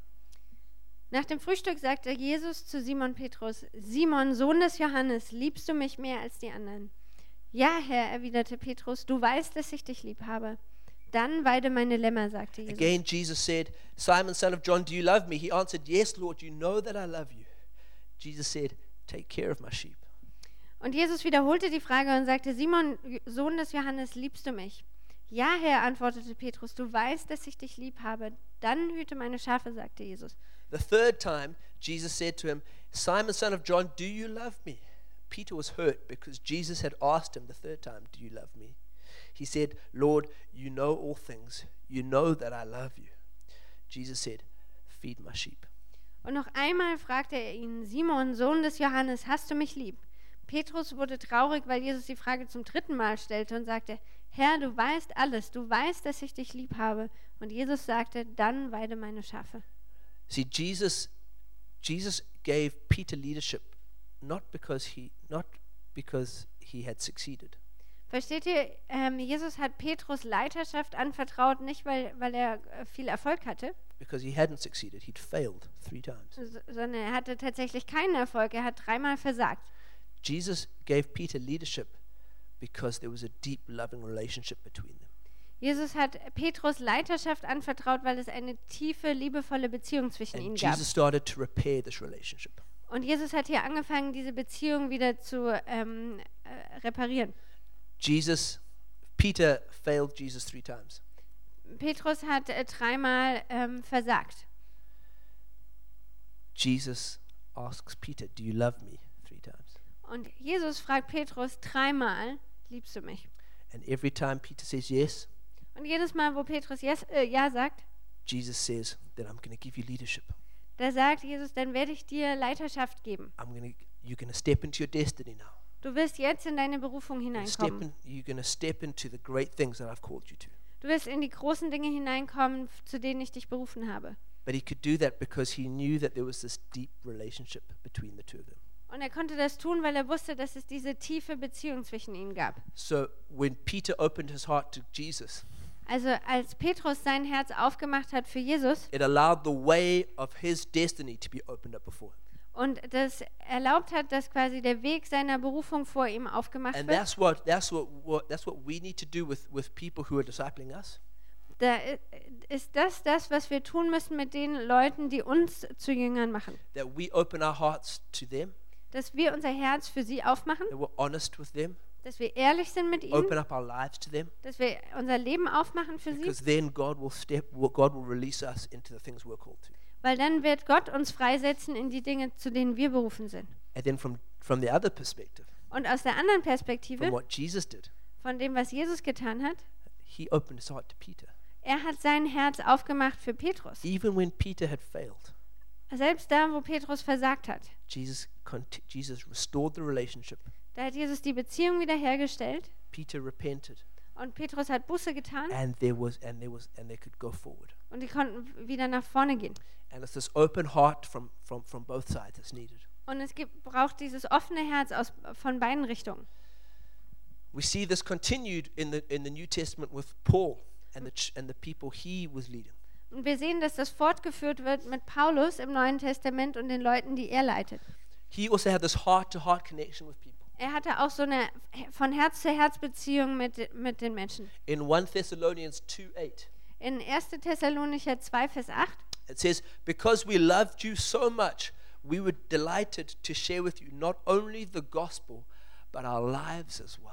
S2: Nach dem Frühstück sagte Jesus zu Simon Petrus: Simon, Sohn des Johannes, liebst du mich mehr als die anderen? Ja, Herr, erwiderte Petrus, du weißt, dass ich dich lieb habe. Dann weide meine Lämmer, sagte Jesus.
S1: Again, Jesus said, Simon, son of John, do you love me? He answered, Yes, Lord, you know that I love you. Jesus said, Take care of my sheep.
S2: Und Jesus wiederholte die Frage und sagte: Simon, Sohn des Johannes, liebst du mich? Ja, Herr, antwortete Petrus, du weißt, dass ich dich lieb habe. Dann hüte meine Schafe, sagte Jesus.
S1: The third time, Jesus said to him, Simon, son of John, do you love me? Peter was hurt because Jesus had asked him the third time, Do you love me? He said, Lord, you know all things. You know that I love you. Jesus said, Feed my sheep.
S2: Und noch einmal fragte er ihn, Simon, Sohn des Johannes, hast du mich lieb? Petrus wurde traurig, weil Jesus die Frage zum dritten Mal stellte und sagte, Herr, du weißt alles, du weißt, dass ich dich lieb habe. Und Jesus sagte, dann weide meine Schafe.
S1: See, Jesus, Jesus gave Peter leadership not because he, not because he had succeeded.
S2: Versteht ihr, ähm, Jesus hat Petrus Leiterschaft anvertraut, nicht weil, weil er äh, viel Erfolg hatte,
S1: Because he hadn't succeeded. He'd failed three times.
S2: s- sondern er hatte tatsächlich keinen Erfolg, er hat dreimal versagt.
S1: Jesus gave Peter leadership because there was a deep, loving relationship between them.
S2: Jesus hat Petrus Leiterschaft anvertraut, weil es eine tiefe, liebevolle Beziehung zwischen ihnen
S1: And
S2: gab.
S1: Jesus started to repair this relationship.
S2: Und Jesus hat hier angefangen, diese Beziehung wieder zu ähm, äh, reparieren.
S1: Jesus, Peter failed Jesus three times.
S2: Petrus hat äh, dreimal ähm, versagt.
S1: Jesus asks Peter, Do you love me? three times.
S2: Und Jesus fragt Petrus dreimal, liebst du mich?
S1: And every time Peter says yes,
S2: Und jedes Mal, wo Petrus yes, äh, ja sagt,
S1: Jesus says, Then I'm going to give you leadership.
S2: da sagt Jesus, dann werde ich dir Leiterschaft geben.
S1: I'm going to, you're going to step into your destiny now.
S2: Du wirst jetzt in deine Berufung
S1: Step
S2: hineinkommen.
S1: in, you're going to step into the great things that I've called you to.
S2: Du wirst in die großen Dinge hineinkommen, zu denen ich dich berufen habe.
S1: But he could do that because he knew that there was this deep relationship between the two of them.
S2: Und er konnte das tun, weil er wusste, dass es diese tiefe Beziehung zwischen ihnen gab.
S1: So when Peter opened his heart to Jesus,
S2: Also als Petrus sein Herz aufgemacht hat für Jesus
S1: it allowed the way of his destiny to be opened up before him.
S2: und das erlaubt hat, dass quasi der Weg seiner Berufung vor ihm aufgemacht
S1: And
S2: wird,
S1: that's what that's what, what that's what we need to do with, with people who are discipling us.
S2: da i- ist das das, was wir tun müssen mit den Leuten, die uns zu Jüngern machen.
S1: That we open our hearts to them,
S2: Dass wir unser Herz für sie aufmachen,
S1: that we're honest with them,
S2: dass wir ehrlich sind mit ihnen,
S1: open up our lives to them,
S2: dass wir unser Leben aufmachen für sie,
S1: because then God will step will- God will release us into the things we're called to.
S2: weil dann wird Gott uns freisetzen in die Dinge, zu denen wir berufen sind.
S1: And then from from the other perspective,
S2: Und aus der anderen
S1: from
S2: Perspektive,
S1: what Jesus did,
S2: von dem, was Jesus getan hat,
S1: he opened his heart to Peter.
S2: er hat sein Herz aufgemacht für Petrus.
S1: Even when Peter had failed,
S2: Selbst da, wo Petrus versagt hat,
S1: Jesus conti- Jesus restored the relationship.
S2: da hat Jesus die Beziehung wiederhergestellt
S1: Peter repented,
S2: und Petrus hat Buße getan
S1: and there was and there was and they could go forward.
S2: und die konnten wieder nach vorne gehen.
S1: And it's this open heart from from from both sides that's needed.
S2: Und es gibt, braucht dieses offene Herz aus, von beiden Richtungen.
S1: We see this continued in the in the New Testament with Paul and the ch- and the people he was leading.
S2: Und wir sehen, dass das fortgeführt wird mit Paulus im Neuen Testament und den Leuten, die er leitet.
S1: He also had this heart-to-heart connection with people.
S2: Er hatte auch so eine von Herz zu Herz Beziehung mit, mit den Menschen.
S1: In 1 Thessalonians 2:8,
S2: In 1. Thessalonicher 2, Vers 8
S1: it says, "Because we loved you so much, we were delighted to share with you not only the gospel, but our lives as well."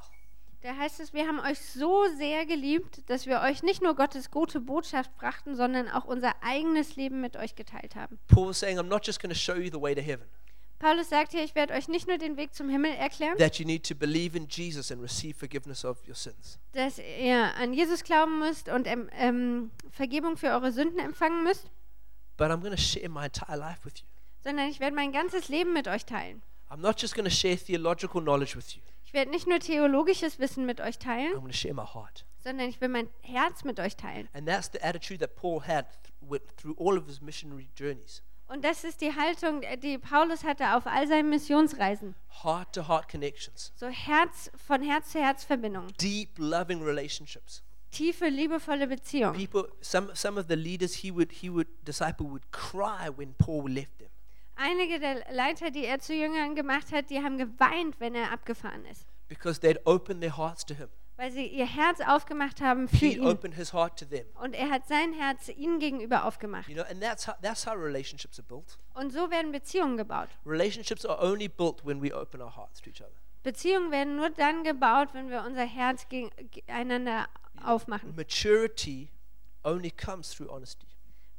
S2: Da heißt es, wir haben euch so sehr geliebt, dass wir euch nicht nur Gottes gute Botschaft brachten, sondern auch unser eigenes Leben mit euch geteilt haben.
S1: Paul was saying, "I'm not just going to show you the way to heaven.
S2: Paulus sagt hier, ich werde euch nicht nur den Weg zum Himmel erklären,
S1: That you need to believe in Jesus and receive forgiveness of your sins.
S2: dass ihr an Jesus glauben müsst und ähm, ähm, Vergebung für eure Sünden empfangen müsst,
S1: But I'm going to share my entire life with you.
S2: sondern ich werde mein ganzes Leben mit euch teilen.
S1: I'm not just going to share theological knowledge with you.
S2: Ich werde nicht nur theologisches Wissen mit euch
S1: I'm
S2: teilen,
S1: going to share my heart."
S2: sondern ich will mein Herz mit euch teilen.
S1: And that's the attitude that Paul had th- with, through all of his missionary journeys
S2: Und das ist die Haltung, äh, die Paulus hatte auf all seinen Missionsreisen.
S1: heart to heart connections,
S2: So Herz von Herz zu Herz Verbindung.
S1: deep, loving relationships.
S2: tiefe, liebevolle Beziehung.
S1: People, some, some of the leaders he would, he would disciple would cry when Paul left them
S2: Einige der Leiter, die er zu Jüngern gemacht hat, die haben geweint, wenn er abgefahren ist,
S1: because they'd opened their hearts to him.
S2: weil sie ihr Herz aufgemacht haben für
S1: He
S2: ihn.
S1: opened his heart to them.
S2: Und er hat sein Herz ihnen gegenüber aufgemacht.
S1: You know, and that's how, that's how relationships are built.
S2: Und so werden Beziehungen gebaut.
S1: Relationships are only built when we open our hearts to each other.
S2: Beziehungen werden nur dann gebaut, wenn wir unser Herz gegeneinander aufmachen.
S1: Maturity only comes through honesty.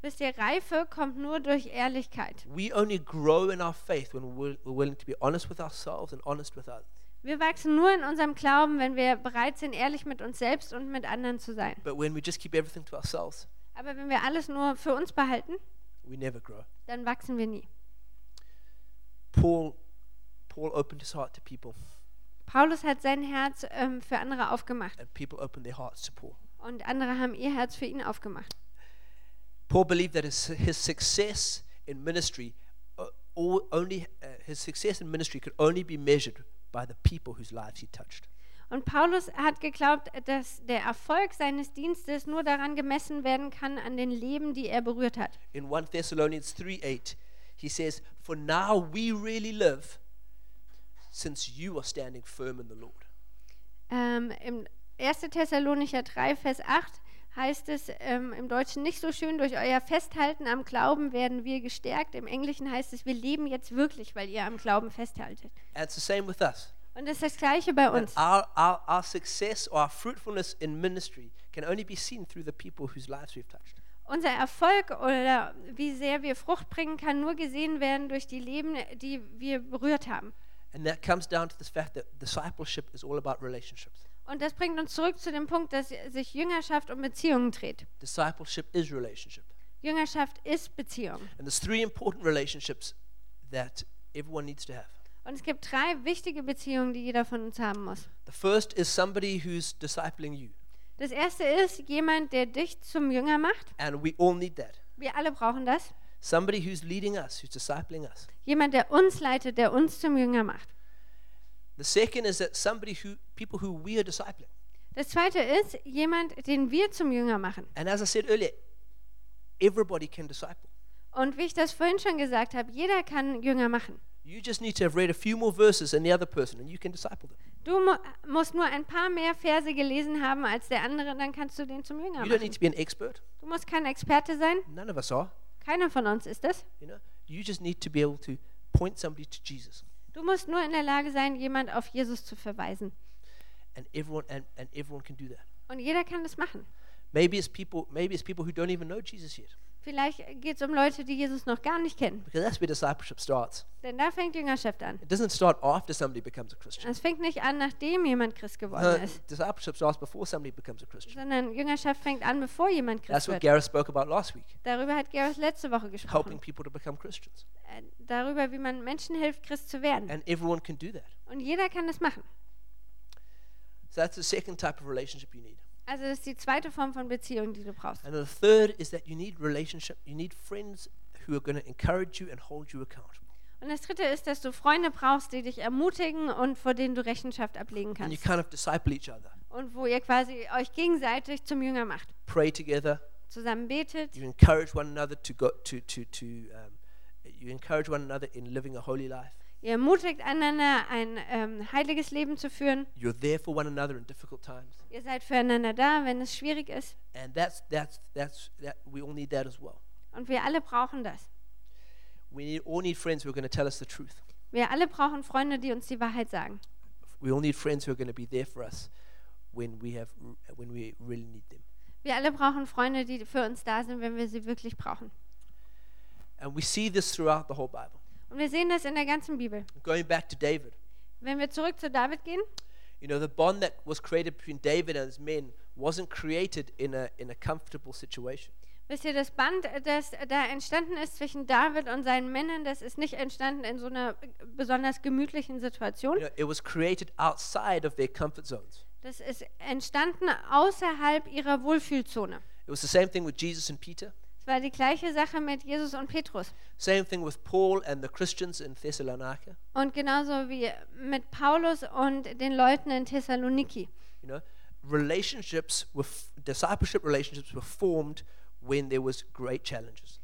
S2: Wisst ihr, Reife kommt nur durch Ehrlichkeit.
S1: We only grow in our faith when we're, we're willing to be honest with ourselves and honest with others.
S2: Wir wachsen nur in unserem Glauben, wenn wir bereit sind, ehrlich mit uns selbst und mit anderen zu sein.
S1: But when we just keep everything to ourselves,
S2: Aber wenn wir alles nur für uns behalten,
S1: we never grow.
S2: dann wachsen wir nie.
S1: Paul, Paul opened his heart to people,
S2: Paulus hat sein Herz ähm, für andere aufgemacht
S1: and people opened their hearts to Paul.
S2: und andere haben ihr Herz für ihn aufgemacht.
S1: Paul believed that his, his success in ministry, uh, all, only uh, his success in ministry could only be measured by the people whose lives he touched.
S2: Und Paulus hat geglaubt, dass der Erfolg seines Dienstes nur daran gemessen werden kann an den Leben, die er berührt hat.
S1: In 1 Thessalonians 3:8, he says, "For now we really live, since you are standing firm in the Lord."
S2: Ähm, Im 1. Thessalonicher 3, Vers 8 heißt es ähm, im Deutschen nicht so schön, durch euer Festhalten am Glauben werden wir gestärkt. Im Englischen heißt es, wir leben jetzt wirklich, weil ihr am Glauben festhaltet.
S1: And it's the same with us.
S2: Und das ist das gleiche bei
S1: And
S2: uns.
S1: our, our, our success or our fruitfulness in ministry can only be seen through the people whose lives we've touched.
S2: unser Erfolg oder wie sehr wir Frucht bringen, kann nur gesehen werden durch die Leben, die wir berührt haben.
S1: And that comes down to the fact that discipleship is all about relationships.
S2: Und das bringt uns zurück zu dem Punkt, dass sich Jüngerschaft um Beziehungen dreht.
S1: Discipleship is relationship.
S2: Jüngerschaft ist Beziehung.
S1: And there's three important relationships that everyone needs to have.
S2: Und es gibt drei wichtige Beziehungen, die jeder von uns haben muss.
S1: The first is somebody who's discipling you,
S2: Das erste ist jemand, der dich zum Jünger macht.
S1: and we all need that.
S2: Wir alle brauchen das.
S1: Somebody who's leading us, who's discipling us.
S2: Jemand, der uns leitet, der uns zum Jünger macht.
S1: The second is that somebody who people who we are discipling.
S2: Das zweite ist jemand, den wir zum Jünger machen.
S1: And as I said earlier, everybody can disciple.
S2: Und wie ich das vorhin schon gesagt habe, jeder kann Jünger machen.
S1: You just need to have read a few more verses than the other person, and you can disciple them.
S2: Du mu musst nur ein paar mehr Verse gelesen haben als der andere, dann kannst du den zum Jünger
S1: You don't need
S2: machen.
S1: to be an expert.
S2: Du musst kein Experte sein.
S1: None of us are.
S2: Keiner von uns ist es.
S1: You know, you just need to be able to point somebody to Jesus,
S2: Du musst nur in der Lage sein, jemand auf Jesus zu verweisen.
S1: and everyone and, and everyone can do that.
S2: Und jeder kann das machen.
S1: Maybe it's people. Maybe it's people who don't even know Jesus yet,
S2: Vielleicht geht es um Leute, die Jesus noch gar nicht kennen.
S1: because that's where discipleship starts.
S2: Denn da fängt Jüngerschaft an.
S1: It doesn't start after somebody becomes a Christian.
S2: Es fängt nicht an, nachdem jemand Christ geworden
S1: No,
S2: ist,
S1: discipleship starts before somebody becomes a Christian.
S2: sondern Jüngerschaft fängt an, bevor jemand
S1: That's
S2: Christ
S1: what
S2: wird.
S1: Gareth spoke about last week,
S2: Darüber hat Gareth letzte Woche
S1: helping
S2: gesprochen.
S1: people to become Christians.
S2: Äh, Darüber, wie man Menschen hilft, Christ zu werden.
S1: And everyone can do that.
S2: Und jeder kann das machen.
S1: So that's the second type of relationship you need.
S2: Also das ist die zweite Form von Beziehung, die du brauchst.
S1: And the third is that you need relationship, you need friends who are going to encourage you and hold you accountable.
S2: Und das dritte ist, dass du Freunde brauchst, die dich ermutigen und vor denen du Rechenschaft ablegen
S1: And you
S2: kannst.
S1: kind of disciple each other,
S2: Und wo ihr quasi euch gegenseitig zum Jünger macht.
S1: pray together,
S2: Zusammen betet,
S1: you encourage one another to go to to to um, you encourage one another in living a holy life.
S2: ihr ermutigt einander, ein ähm, heiliges Leben zu führen.
S1: You're there for one another in difficult times.
S2: Ihr seid füreinander da, wenn es schwierig ist.
S1: And that's that's that's that we all need that as well.
S2: Und wir alle brauchen das.
S1: We need, all need friends who are going to tell us the truth.
S2: Wir alle brauchen Freunde, die uns die Wahrheit sagen.
S1: We all need friends who are going to be there for us when we have when we really need them.
S2: Wir alle brauchen Freunde, die für uns da sind, wenn wir sie wirklich brauchen.
S1: And we see this throughout the whole Bible.
S2: Und wir sehen das in der ganzen Bibel.
S1: Going back to David,
S2: Wenn wir zurück zu David gehen,
S1: you know, the bond that was created between David and his men wasn't created in a in a comfortable situation.
S2: wisst ihr, das Band, das da entstanden ist zwischen David und seinen Männern, das ist nicht entstanden in so einer besonders gemütlichen
S1: You
S2: Situation.
S1: know, it was created outside of their comfort zones.
S2: Das ist entstanden außerhalb ihrer Wohlfühlzone.
S1: It was the same thing with Jesus and Peter.
S2: Es war die gleiche Sache mit Jesus und Petrus.
S1: Same thing with Paul and the Christians in Thessalonica.
S2: Und genauso wie mit Paulus und den Leuten in Thessaloniki.
S1: You know, relationships were f- discipleship relationships were formed when there was great challenges.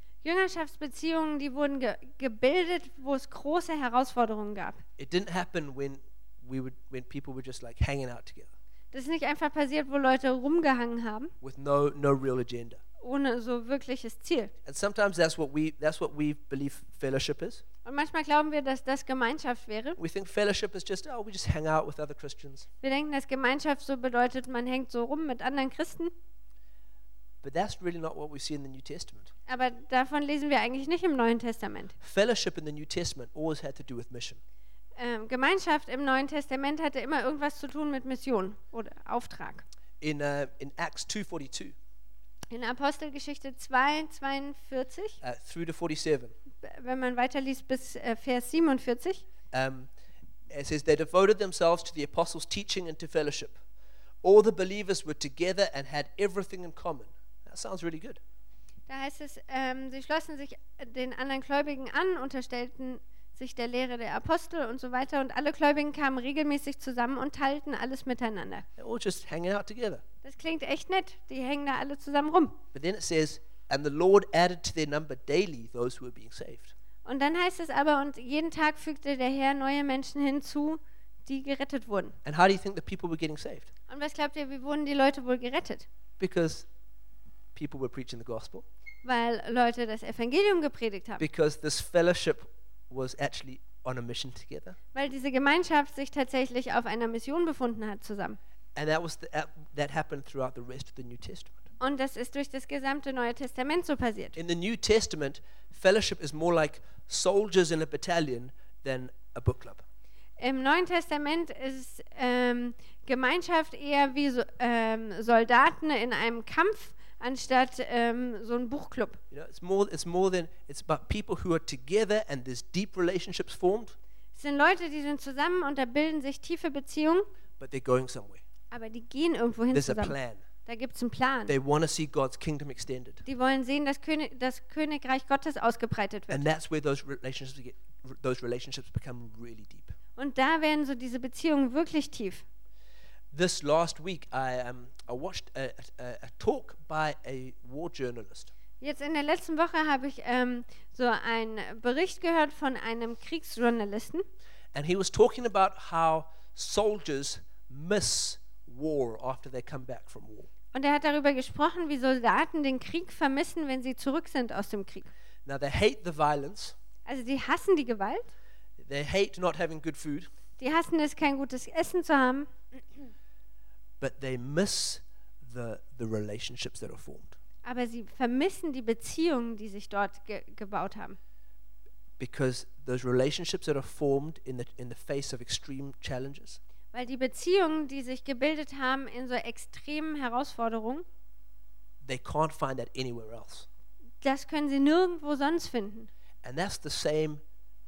S2: Jüngerschaftsbeziehungen, die wurden ge gebildet, wo es große Herausforderungen gab.
S1: It didn't happen when we would when people were just like hanging out together
S2: Das ist nicht einfach passiert, wo Leute rumgehangen haben,
S1: with no no real agenda.
S2: ohne so wirkliches Ziel.
S1: And sometimes that's what we that's what we believe fellowship is.
S2: Und manchmal glauben wir, dass das Gemeinschaft wäre.
S1: We think fellowship is just oh we just hang out with other Christians.
S2: Wir denken, dass Gemeinschaft so bedeutet, man hängt so rum mit anderen Christen.
S1: But that's really not what we see in the New Testament.
S2: Aber davon lesen wir eigentlich nicht im Neuen Testament.
S1: Fellowship in the New Testament always had to do with mission.
S2: Ähm, Gemeinschaft im Neuen Testament hatte immer irgendwas zu tun mit Mission oder Auftrag.
S1: In uh, in Acts 2:42
S2: In Apostelgeschichte 2, 42,
S1: uh, through to 47
S2: b- wenn man weiterliest bis äh, Vers 47,
S1: Um, it says, They devoted themselves to the apostles' teaching and to fellowship. All the believers were together and had everything in common. That sounds really good.
S2: Da heißt es, ähm, sie schlossen sich den anderen Gläubigen an, unterstellten sich der Lehre der Apostel und so weiter. Und alle Gläubigen kamen regelmäßig zusammen und teilten alles miteinander.
S1: They're all just hanging out together.
S2: Das klingt echt nett. Die hängen da alle zusammen rum.
S1: But then it says, And the Lord added to their number daily those who were being saved.
S2: Und dann heißt es aber, und jeden Tag fügte der Herr neue Menschen hinzu, die gerettet wurden.
S1: And how do you think the people were getting saved?
S2: Und was glaubt ihr, wie wurden die Leute wohl gerettet?
S1: Because people were preaching the gospel,
S2: Weil Leute das Evangelium gepredigt haben.
S1: because this fellowship was actually on a mission together.
S2: Weil diese Gemeinschaft sich tatsächlich auf einer Mission befunden hat zusammen.
S1: And that, was the, that, that happened throughout the rest of the New Testament.
S2: Und das ist durch das gesamte Neue Testament so passiert.
S1: In the New Testament, fellowship is more like soldiers in a battalion than a book club.
S2: Im Neuen Testament ist ähm, Gemeinschaft eher wie so, ähm, Soldaten in einem Kampf anstatt ähm, so ein Buchclub.
S1: You know, it's more, it's more than, it's about people who are together and there's deep relationships formed.
S2: Es Es sind Leute, die sind zusammen und da bilden sich tiefe Beziehungen,
S1: but they're going somewhere.
S2: aber die gehen irgendwo hin
S1: There's a
S2: zusammen.
S1: plan.
S2: Da gibt es einen Plan.
S1: They want to see God's kingdom extended.
S2: Die wollen sehen, dass König, das Königreich Gottes ausgebreitet wird.
S1: And that's where those relationships get, those relationships become really deep.
S2: Und da werden so diese Beziehungen wirklich tief.
S1: This last week, I, um, I watched a, a, a talk by a war journalist.
S2: Jetzt in der letzten Woche habe ich ähm, so einen Bericht gehört von einem Kriegsjournalisten.
S1: And he was talking about how soldiers miss war after they come back from war.
S2: Und er hat darüber gesprochen, wie Soldaten den Krieg vermissen, wenn sie zurück sind aus dem Krieg.
S1: Now, they hate the violence,
S2: Also die hassen die Gewalt,
S1: they hate not having good food,
S2: die hassen es, kein gutes Essen zu haben,
S1: but they miss the, the relationships that are formed
S2: aber sie vermissen die Beziehungen, die sich dort ge gebaut haben.
S1: because those relationships that are formed in the, in the face of extreme challenges
S2: Weil die Beziehungen, die sich gebildet haben in so extremen Herausforderungen,
S1: they can't find that anywhere else
S2: das können sie nirgendwo sonst finden.
S1: and that's the same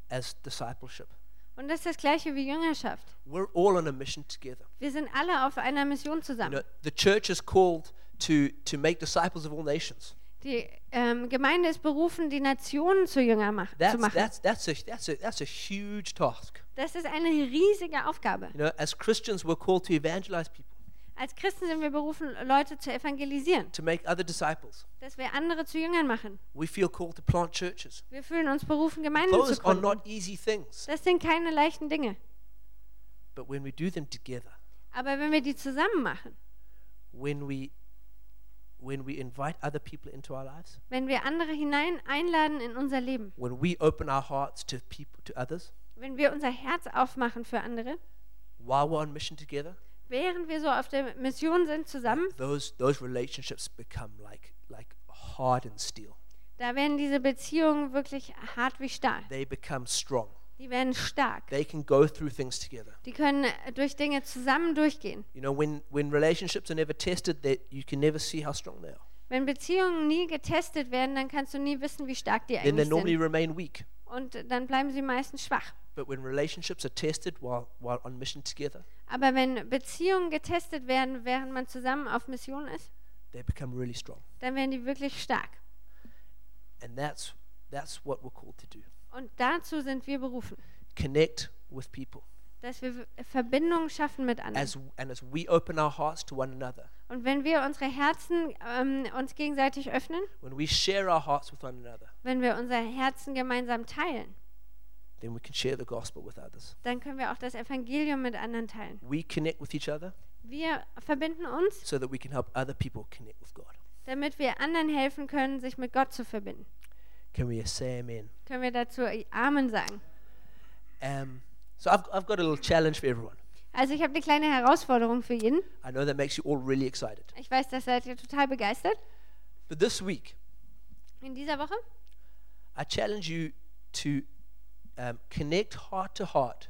S1: as discipleship
S2: Und das ist das gleiche wie Jüngerschaft.
S1: we're all on a mission together
S2: Wir sind alle auf einer Mission
S1: you
S2: zusammen.
S1: know, the church is called to, to make disciples of all nations
S2: Die ähm, Gemeinde ist berufen, die Nationen zu Jünger mach zu
S1: that's,
S2: machen.
S1: that's, that's, a, that's, a, that's a huge task
S2: Das ist eine riesige Aufgabe.
S1: you know as christians we're called to evangelize people
S2: Als Christen sind wir berufen, Leute zu evangelisieren,
S1: to make other disciples
S2: dass wir andere zu Jüngern machen.
S1: we feel called to plant churches
S2: Wir fühlen uns berufen, Gemeinden zu
S1: those are
S2: gründen.
S1: not easy things
S2: Das sind keine leichten Dinge.
S1: But when we do them together,
S2: Aber wenn wir die zusammen machen,
S1: when we when we invite other people into our lives,
S2: wenn wir andere hinein einladen in unser Leben,
S1: when we open our hearts to people to others,
S2: wenn wir unser Herz aufmachen für andere,
S1: while we're on mission together,
S2: während wir so auf der Mission sind zusammen,
S1: those those relationships become like like hardened steel.
S2: da werden diese Beziehungen wirklich hart wie Stahl.
S1: They become strong.
S2: Die werden stark.
S1: They can go through things together.
S2: Die können äh, durch Dinge zusammen durchgehen.
S1: You know, when when relationships are never tested, that you can never see how strong they are.
S2: Wenn Beziehungen nie getestet werden, dann kannst du nie wissen, wie stark die
S1: Then they
S2: eigentlich
S1: normally
S2: sind.
S1: remain weak.
S2: Und äh, dann bleiben sie meistens schwach.
S1: But when relationships are tested while while on mission together,
S2: Aber wenn Beziehungen getestet werden, während man zusammen auf Mission ist,
S1: they become really strong.
S2: dann werden die wirklich stark.
S1: And that's that's what we're called to do.
S2: Und dazu sind wir berufen,
S1: connect with people
S2: dass wir äh, Verbindungen schaffen mit anderen.
S1: as and as we open our hearts to one another
S2: Und wenn wir unsere Herzen ähm, uns gegenseitig öffnen,
S1: when we share our hearts with one another
S2: wenn wir unser Herzen gemeinsam teilen,
S1: then we can share the gospel with others
S2: dann können wir auch das Evangelium mit anderen teilen.
S1: we connect with each other
S2: Wir verbinden uns
S1: so that we can help other people connect with god
S2: damit wir anderen helfen können, sich mit Gott zu verbinden.
S1: can we say amen
S2: Können wir dazu Amen sagen?
S1: um, so I've, I've got a little challenge for everyone
S2: Also ich habe eine kleine Herausforderung für jeden.
S1: i know that makes you all really excited
S2: Ich weiß, das seid ihr total begeistert.
S1: but this week
S2: In dieser Woche
S1: i challenge you to um, connect heart to heart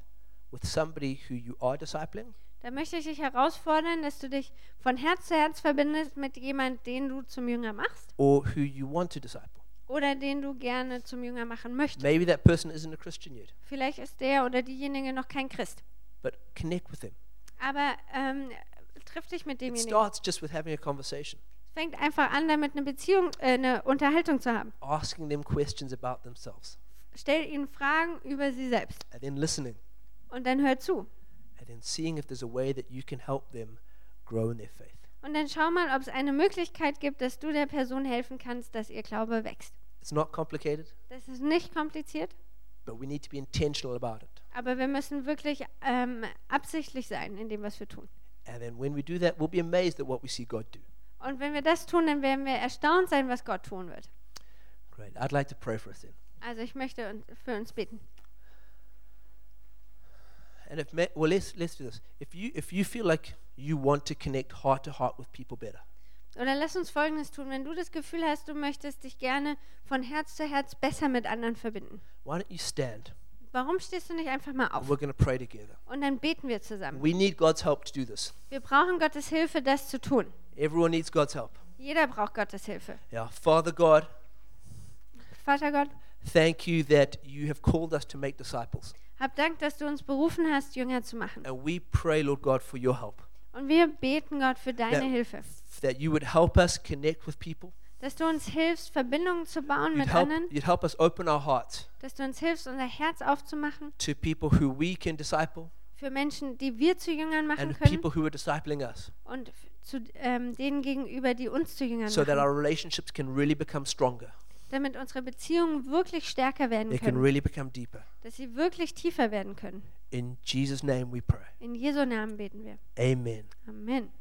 S1: with somebody who you are discipling
S2: da möchte ich dich herausfordern, dass du dich von Herz zu Herz verbindest mit jemandem, den du zum Jünger machst
S1: or who you want to disciple
S2: oder den du gerne zum Jünger machen möchtest.
S1: maybe that person isn't a christian yet
S2: Vielleicht ist der oder diejenige noch kein Christ,
S1: but connect with them
S2: aber ähm, triff dich mit
S1: It
S2: demjenigen.
S1: starts just with having a conversation,
S2: Fängt einfach an, damit eine Beziehung, äh, eine Unterhaltung zu haben.
S1: asking them questions about themselves,
S2: Stell ihnen Fragen über sie selbst
S1: and then listening,
S2: und dann hör zu.
S1: and then seeing if there's a way that you can help them grow in their faith.
S2: Und dann schau mal, ob es eine Möglichkeit gibt, dass du der Person helfen kannst, dass ihr Glaube wächst.
S1: It's not complicated,
S2: Das ist nicht kompliziert,
S1: but we need to be intentional about it.
S2: aber wir müssen wirklich ähm, absichtlich sein in dem, was wir tun.
S1: And then when we do that, we'll be amazed at what we see God do.
S2: Und wenn wir das tun, dann werden wir erstaunt sein, was Gott tun wird.
S1: Great. I'd like to pray for us then.
S2: Also ich möchte un- für uns beten.
S1: And if ma- well, let's let's do this. If you if you feel like you want to connect heart to heart with people better,
S2: Oder lass uns Folgendes tun. Wenn du das Gefühl hast, du möchtest dich gerne von Herz zu Herz besser mit anderen verbinden,
S1: why don't you stand?
S2: warum stehst du nicht einfach mal
S1: And
S2: auf
S1: we're going to pray together.
S2: und dann beten wir zusammen?
S1: We need God's help to do this.
S2: Wir brauchen Gottes Hilfe, das zu tun.
S1: Everyone needs God's help.
S2: Jeder braucht Gottes Hilfe.
S1: Yeah, Father God.
S2: Vater Gott,
S1: Thank you that you have called us to make disciples.
S2: Hab Dank, dass du uns berufen hast, Jünger zu machen.
S1: And we pray, Lord God, for your help.
S2: Und wir beten, Gott, für deine
S1: Ja.
S2: Hilfe.
S1: That you would help us connect with people.
S2: Dass du uns hilfst, Verbindungen zu bauen
S1: You'd
S2: mit
S1: help,
S2: anderen.
S1: you'd help us open our hearts
S2: Dass du uns hilfst, unser Herz aufzumachen
S1: to people who we can disciple
S2: für Menschen, die wir zu Jüngern machen
S1: and
S2: können.
S1: people who are discipling us
S2: und f- zu ähm, denen gegenüber, die uns zu Jüngern
S1: so that
S2: machen,
S1: our relationships can really become stronger.
S2: damit unsere Beziehungen wirklich stärker werden
S1: They can
S2: können,
S1: really become deeper.
S2: dass sie wirklich tiefer werden können.
S1: In Jesus' name we pray.
S2: In Jesu Namen beten wir.
S1: Amen.
S2: Amen.